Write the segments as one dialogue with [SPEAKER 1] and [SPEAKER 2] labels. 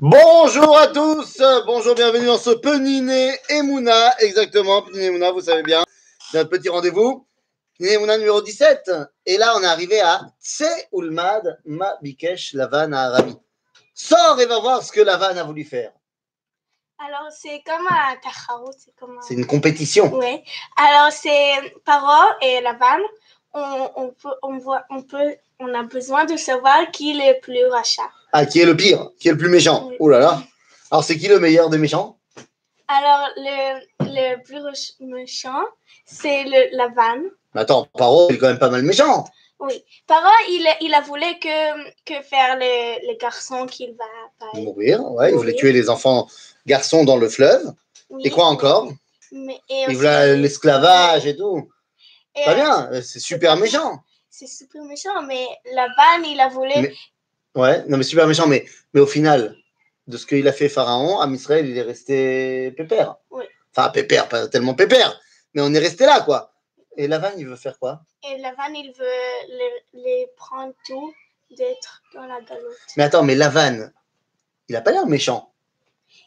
[SPEAKER 1] Bonjour à tous, bonjour, bienvenue dans ce Peniné et Mouna, exactement, Peniné et Mouna, vous savez bien, c'est notre petit rendez-vous, Peniné et Mouna numéro 17, et là on est arrivé à Tse Ulmad Ma Bikesh Lavan à Arabi. Sors et va voir ce que Lavan a voulu faire.
[SPEAKER 2] Alors, c'est comme un Tacharout, c'est comme
[SPEAKER 1] C'est une compétition.
[SPEAKER 2] Oui. Alors, c'est Paro et Lavan. On, on, peut, on, voit, on, peut, on a besoin de savoir qui est le plus rachat.
[SPEAKER 1] Ah, qui est le pire, qui est le plus méchant
[SPEAKER 2] Oui.
[SPEAKER 1] Oh là là. Alors c'est qui le meilleur des méchants
[SPEAKER 2] Alors, le, le plus roch- méchant, c'est le Lavan.
[SPEAKER 1] Mais Attends, Paro, il est quand même pas mal méchant.
[SPEAKER 2] Paro, il, il a voulu que, que faire le, le garçon qu'il va. va-
[SPEAKER 1] Mourir, ouais, il voulait
[SPEAKER 2] Mourir.
[SPEAKER 1] tuer les enfants garçons dans le fleuve.
[SPEAKER 2] Oui.
[SPEAKER 1] Et quoi encore
[SPEAKER 2] Mais- et
[SPEAKER 1] Il
[SPEAKER 2] aussi-
[SPEAKER 1] voulait l'esclavage et tout.
[SPEAKER 2] et,
[SPEAKER 1] Pas bien, euh, c'est super méchant.
[SPEAKER 2] C'est super méchant, mais Lavan, il a voulu.
[SPEAKER 1] Mais- Ouais, non mais super méchant, mais, mais au final, de ce qu'il a fait Pharaon, à Israël, il est resté pépère.
[SPEAKER 2] Oui.
[SPEAKER 1] Enfin, pépère, pas tellement pépère, mais on est resté là, quoi. Et Lavan, il veut faire quoi
[SPEAKER 2] Et Lavan, il veut le- les prendre tout d'être dans la galoute.
[SPEAKER 1] Mais attends, mais Lavan, il a pas l'air méchant.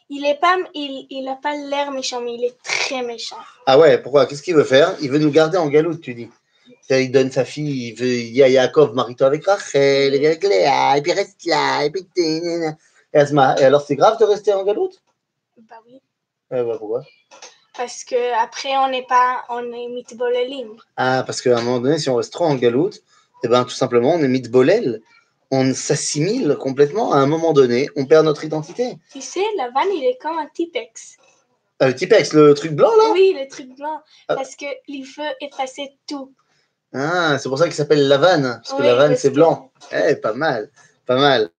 [SPEAKER 2] Il est pas, il, il a pas l'air méchant, mais il est très méchant.
[SPEAKER 1] Ah ouais, pourquoi Qu'est-ce qu'il veut faire Il veut nous garder en galoute, tu dis. C'est-à-dire, Il donne sa fille, il veut il dit à Yaakov, marie-toi avec Rachel, et avec Léa, et puis reste là, et puis... t'es- gna gna. Et Asma, et alors c'est grave de rester en galoute
[SPEAKER 2] Bah oui,
[SPEAKER 1] Eh ouais, pourquoi
[SPEAKER 2] parce que après on n'est pas, on est mitbolelim.
[SPEAKER 1] Ah, parce qu'à un moment donné, si on reste trop en galoute, eh ben, tout simplement, on est mis de bolel. On s'assimile complètement. À un moment donné, on perd notre identité.
[SPEAKER 2] Tu sais, Lavan, il est comme un Tipex.
[SPEAKER 1] Euh, le Tipex, le truc blanc, là
[SPEAKER 2] Oui, le truc blanc,
[SPEAKER 1] Ah.
[SPEAKER 2] parce que il veut effacer tout.
[SPEAKER 1] Ah, c'est pour ça qu'il s'appelle Lavane. Parce que
[SPEAKER 2] Oui,
[SPEAKER 1] Lavane,
[SPEAKER 2] parce
[SPEAKER 1] c'est
[SPEAKER 2] que-
[SPEAKER 1] blanc. Eh, pas mal. Pas mal.